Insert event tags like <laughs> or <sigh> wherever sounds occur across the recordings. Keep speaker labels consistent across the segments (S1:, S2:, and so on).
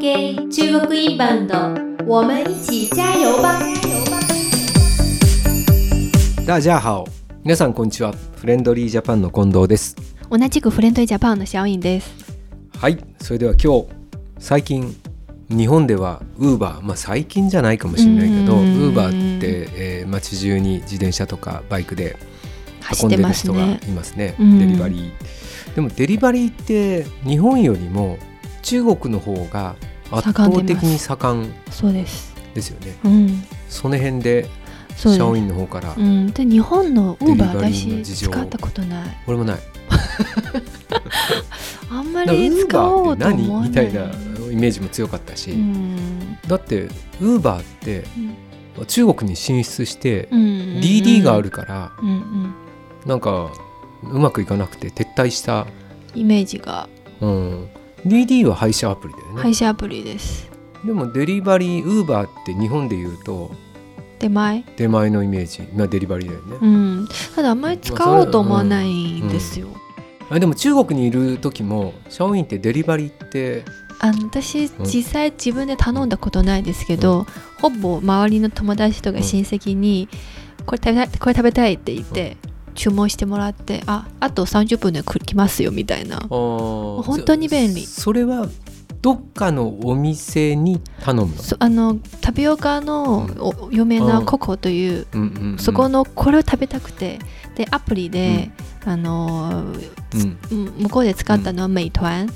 S1: 系中国インバウンド，我们一起加油吧！
S2: ダジャーハオ皆さんこんにちはフレンドリージャパンの近藤です
S3: 同じくフレンドイジャパンのシャオインです。
S2: はいそれでは今日最近日本ではウーバーまあ最近じゃないかもしれないけどウ
S3: うんうんうん
S2: ーバーって、えー街中に自転車とかバイクで
S3: 走
S2: 運ん
S3: って
S2: でる
S3: ます
S2: 人が
S3: ね。
S2: いますね
S3: うん
S2: デリバリーでもデリバリーって日本よりも中国の方が圧倒的に盛ん
S3: そうです。
S2: ですよね
S3: うん、
S2: その辺でシ
S3: そう
S2: ャオイ
S3: で
S2: ンの方から、
S3: す。うん、で日本のウ
S2: デリ
S3: ー
S2: バ
S3: バー
S2: リーの
S3: 私
S2: 事情
S3: 使ったことない。
S2: 俺もない
S3: あんま
S2: だから
S3: り使おうと
S2: Uber って
S3: 思
S2: 何
S3: わない。
S2: みたいなイメージも強かったし、
S3: うん。
S2: だってウーバーって中国に進出して
S3: うん
S2: DD がある。から
S3: うんうん。
S2: なんかうまくいかなくて撤退した、
S3: イメージが
S2: うん、DD は配車アプリだよね、
S3: 配車アプリです。
S2: でもデリバリーウーバーって日本で言うと
S3: 手前。
S2: 出前のイメージ、まあ、デリバリーだよね、
S3: うん。ただあんまり使おうと思わないんですよ。
S2: あでも中国にいる時もシャオインってデリバリーって
S3: あの私実際自分で頼んだことないですけど、ほぼ周りの友達とか親戚に、これ食べたいこれ食べたいって言って、注文してもらってああと30分で来来ますよみたいな
S2: 本
S3: 本当に便利
S2: それはどっかのお店に頼むの
S3: そあのタピオカの
S2: うん
S3: お有名なココという、
S2: うんうんうん
S3: そこのこれを食べたくてでアプリで、あのー
S2: うん
S3: うん向こうで使ったのは美团、
S2: うんうん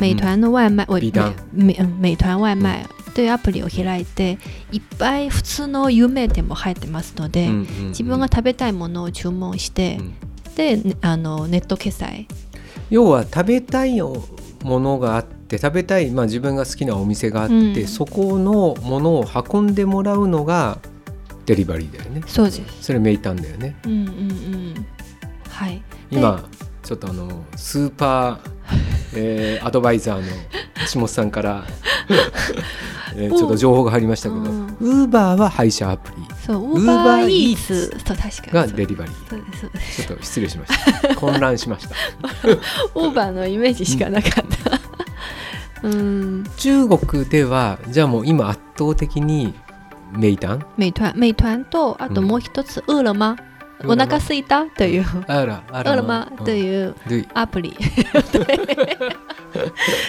S3: 美团の外卖、我
S2: 美团
S3: 美美美团外卖というアプリを開いて、いっぱい普通の有名店も入ってますので、
S2: うんうんうん
S3: 自分が食べたいものを注文して、
S2: うん
S3: でねあのネット決済、
S2: 要は食べたいものがあって食べたい、まあ、自分が好きなお店があって、
S3: うん
S2: そこのものを運んでもらうのがデリバリーだよね
S3: そうです。
S2: それメイタンだよね
S3: うんうんうん。はい。
S2: 今ちょっとあのスーパー、え
S3: <laughs>
S2: ーアドバイザーの下本さんから、えーちょっと情報が入りましたけど
S3: うん
S2: ウーバーは配車アプリ
S3: そう、ウーバ
S2: Uber
S3: ーイー
S2: Eats
S3: ツと確
S2: が
S3: かにそう
S2: デリバリー
S3: そうですそうです。
S2: ちょっと失礼しました
S3: <laughs>
S2: 混乱しました
S3: ウーバーのイメージしかなかった。 <laughs> うん、
S2: 中国ではじゃあもう今圧倒的にメイタン
S3: 美团美团とあともう一つ、ウーロマ、
S2: 饿
S3: お
S2: 了吗
S3: 腹すいたという。
S2: あらあ
S3: ウー
S2: ら
S3: ロマと
S2: うん
S3: いう
S2: で
S3: アプリ <laughs>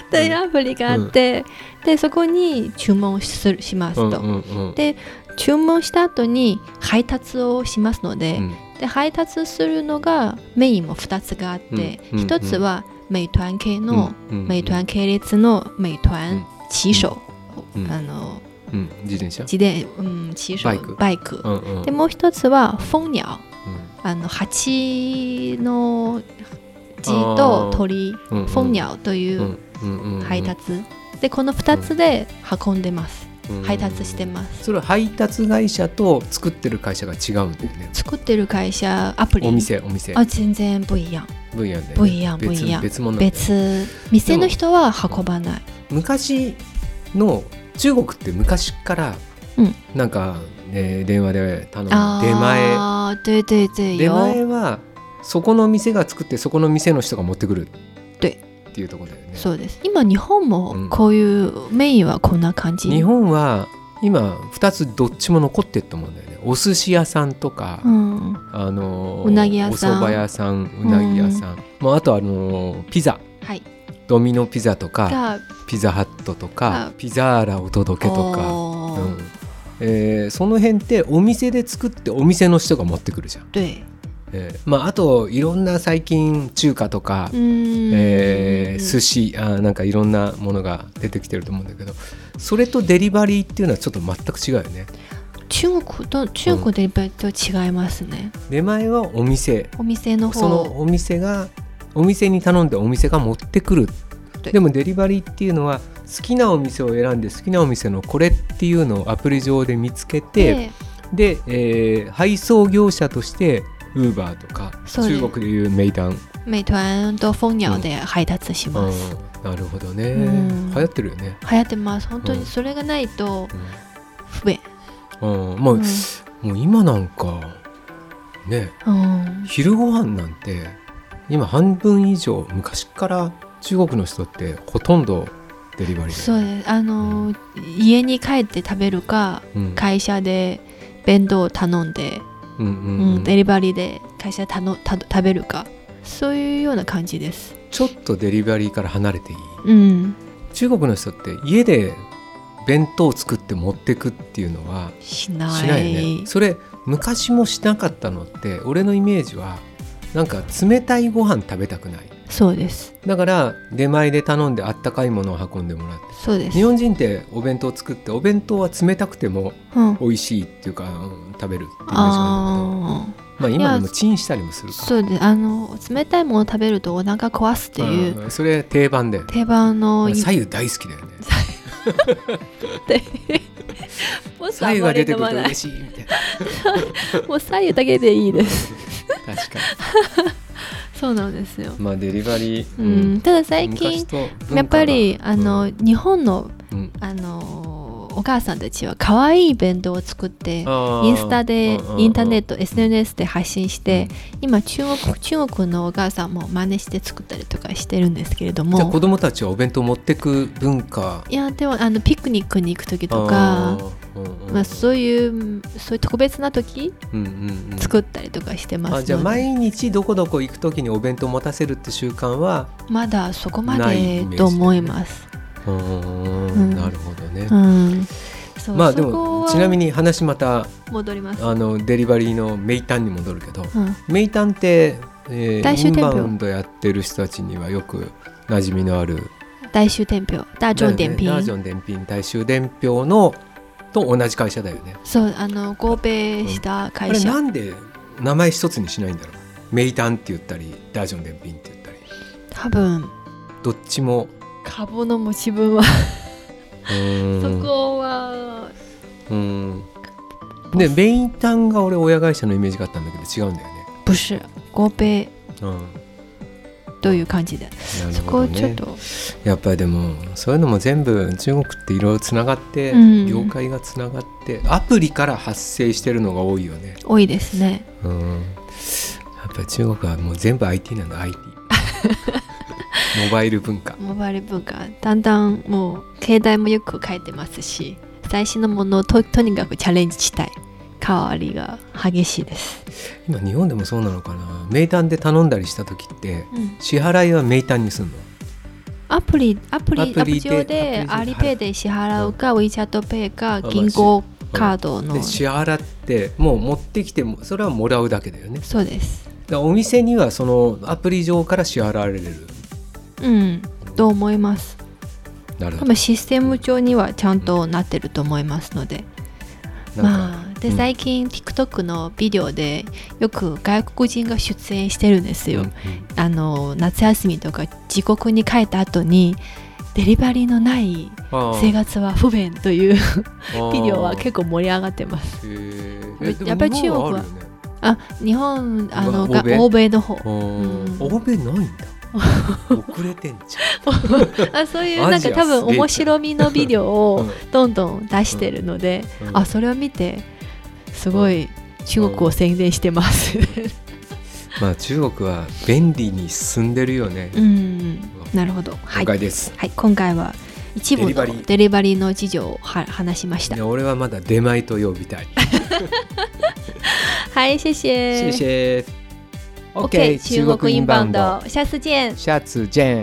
S3: というアプリがあって、でそこに注文するします
S2: うん
S3: と、
S2: うんうん
S3: で注文した後に配達をしますので,、
S2: うん
S3: で配達するのがメインも2つがあって、
S2: うんうん
S3: 1つは美團系の、
S2: うんうん
S3: 美團系列の美
S2: うん
S3: 團騎手、
S2: うん
S3: あの
S2: うん自転車
S3: 自転、うん、騎手
S2: バイク
S3: バイク、
S2: うんうん
S3: でもう1つは蜂鸟
S2: う
S3: あの蜂の字と鳥
S2: んうん
S3: フォンニャオとい
S2: うん
S3: う
S2: うんうんうん
S3: 配達、でこの2つで運んでます、
S2: うん
S3: 配達してます、
S2: それは配達会社と作ってる会社が違うんだよね
S3: 作ってる会社アプリ
S2: お店お店
S3: あ全然不一样
S2: 分野で
S3: 不一样
S2: 別
S3: 不一样
S2: 別物なんだよ
S3: 別店の人は運ばない
S2: 昔の中国って昔から
S3: うん
S2: なんかね電話で頼む
S3: あ
S2: 出前
S3: あ对对对
S2: 出前
S3: よ
S2: はそこの店が作ってそこの店の人が持ってくる
S3: で
S2: っていうところだよね
S3: そうです今日本
S2: うん
S3: もこういうメインはこんな感じ
S2: 日本は今2つどっちも残ってると思うんだよねお寿司屋さんとか、
S3: うん
S2: あのー
S3: うなぎ屋さん
S2: お蕎麦屋さんうなぎ屋さん、まあ、あとあのーピザ
S3: はい
S2: ドミノピザとか
S3: が
S2: ピザハットとか
S3: あ
S2: ピザーラお届けとか、
S3: お
S2: う
S3: ー
S2: んえーその辺ってお店で作ってお店の人が持ってくるじゃん、
S3: 对
S2: えーまあ、あといろんな最近中華とか、
S3: うん
S2: えー寿司あーなんかいろんなものが出てきてると思うんだけどそれとデリバリーっていうのはちょっと全く違うよね
S3: 中国と中国で別と違いますね、
S2: 出前はお店
S3: お店の方
S2: そのお店がお店に頼んでお店が持ってくる
S3: で
S2: でもデリバリーっていうのは好きなお店を選んで好きなお店のこれっていうのをアプリ上で見つけて
S3: で
S2: で、えー配送業者としてウーバーとか
S3: そうです
S2: 中国でいうメイダン、
S3: 美团とフォンニャオで配達し
S2: う
S3: ます、
S2: ん、なるほどね、
S3: うん
S2: 流行ってるよね、
S3: 流行ってます本当
S2: うん
S3: にそれがないと不便、
S2: うんうんもう
S3: うん
S2: もう今なんかね
S3: うん
S2: 昼ご飯なんて今半分以上昔から中国の人ってほとんどデリバリー
S3: そうですあのー家に帰って食べるか
S2: うん
S3: 会社で弁当を頼んで、
S2: うん
S3: う
S2: うんんうん
S3: デリバリーで会社で頼んた食べるかそういうような感じです
S2: ちょっとデリバリーから離れていい
S3: うん
S2: 中国の人って家で弁当を作って持ってくっていうのは
S3: しない
S2: しないよねそれ昔もしなかったのって俺のイメージはなんか冷たいご飯食べたくない
S3: そうです
S2: だから出前で頼んであったかいものを運んでもらって
S3: そうです
S2: 日本人ってお弁当を作ってお弁当は冷たくても
S3: うん
S2: 美味しいっていうか、うん食べるっていうイメージなんだ
S3: あ
S2: けどまあ
S3: い
S2: 今
S3: や
S2: でもチンしたりもす
S3: あ
S2: るか
S3: そうですあの冷たいもの食べるとお腹壊すっていう
S2: うんそれ定番だよね
S3: 定番の
S2: 左右大好き
S3: <laughs>
S2: だよね
S3: もう
S2: 左右が出てくると嬉しいみたいな
S3: <laughs> もう左右だけでいいです
S2: 確か
S3: そうなんですよ
S2: にまあデリバリー、
S3: うん、ただ最近やっぱりあの、日本のあのお母さんたちは可愛い弁当を作ってインスタでインターネッ
S2: ト
S3: ト SNS で発信して今中国中国のお母さんも真似して作ったりとかしてるんですけれど
S2: じゃあ子
S3: も
S2: 供たちはお弁当持ってく文化
S3: いやでもあのピクニックに行く時とか
S2: あー、うんうん
S3: まあ、そういうそういう特別な時
S2: うんうんうん
S3: 作ったりとかしてますの
S2: あ
S3: で
S2: じゃあ毎日どこどこ行くときにお弁当持たせるって習慣は
S3: まだそこま
S2: ないイメージだよね
S3: でと思います。
S2: うーん
S3: うん
S2: なるほどね、
S3: うん、そう
S2: まあで
S3: そこ
S2: も
S3: は
S2: ちなみに話また
S3: 戻ります。
S2: あのデリバリーのメイタンに戻るけど、
S3: うん、
S2: メイタンって、え
S3: 大
S2: ー、イ
S3: 衆
S2: ン
S3: 店
S2: バ
S3: 舗
S2: ウンドやってる人たちにはよく馴染みのある
S3: 大衆点票、
S2: ダ
S3: 大众点
S2: ダー
S3: 評
S2: ジ。ョン伝品大衆伝票のと同じ会社だよね
S3: そうあの合併した
S2: あ
S3: 会
S2: れ
S3: 社、
S2: なんで名前一つにしないんだろうメイタンって言ったりダージョン伝品って言ったり
S3: 多分
S2: どっちも
S3: 株の持ち分は、
S2: うーん
S3: そこは
S2: うんでメイタンが俺親会社のイメージがあったんだけど違うんだよね、
S3: 不是合併
S2: うん
S3: という感じで、
S2: なる
S3: そ
S2: ほ
S3: こ
S2: ど
S3: をちょっ
S2: ね
S3: と、
S2: やっぱりでもそういうのも全部中国っていろいろつながって、
S3: うん
S2: 業界がつながってアプリから発生してるのが多いよね、
S3: 多いですね。
S2: うん、やっぱり中国はもう全部 IT なんだ IT <laughs> モバイル文化
S3: モバイル文化だんだんもう携帯もよく書いてますし、最新のものをととにかくチャレンジしたい。変わりが激しいです。
S2: 今日本でもそうなのかな名単で頼んだりした時って
S3: うん、
S2: 支払いは名単にするの
S3: アプリアプリ
S2: ア
S3: ア
S2: プリ
S3: プ
S2: で
S3: リ上
S2: アプリ
S3: で
S2: で
S3: アリペイで支払うか、WeChatPay か
S2: まあ
S3: 銀行カードの、
S2: で支払ってもう持ってきてもそれはもらうだけだよねだか
S3: そうです。
S2: らお店にはそのアプリ上から支払われる
S3: うん、と思います。
S2: なる
S3: 多分システム上にはちゃんとなってると思いますので、
S2: なんか、
S3: まあで
S2: うん
S3: 最近 TikTok のビデオでよく外国人が出演してるんですよ、
S2: うんうん
S3: あの夏休みとか自国に帰った後にデリバリーのない
S2: あー
S3: 生活は不便という <laughs> ビデオは結
S2: 構
S3: 構盛り上がってます
S2: や
S3: やっぱり中国はあ日本あの
S2: う
S3: が
S2: わ
S3: 欧
S2: 欧米
S3: 米の方うん
S2: 欧米ないん
S3: <laughs>
S2: だ遅れてんじ
S3: あそういうな
S2: ア
S3: ん
S2: ジア
S3: か多分
S2: すげえ
S3: 面白みのビデオ
S2: ゃん、
S3: を
S2: ん
S3: どんどん出してるので、
S2: うん
S3: あそれを見てすごい中国を宣伝してます。
S2: まあ中国は便利に進んでるよね、
S3: うん、なるほど。
S2: 今
S3: はい、
S2: 回です、
S3: はい、今回は一部
S2: デリバリ
S3: の
S2: ー
S3: デリバリーの事情をは話しました
S2: い。や俺はまだ出前と呼びたい
S3: はい、谢
S2: 谢
S3: 谢。
S2: 谢
S3: OK，中国インバウンド，下次见。
S2: 下次见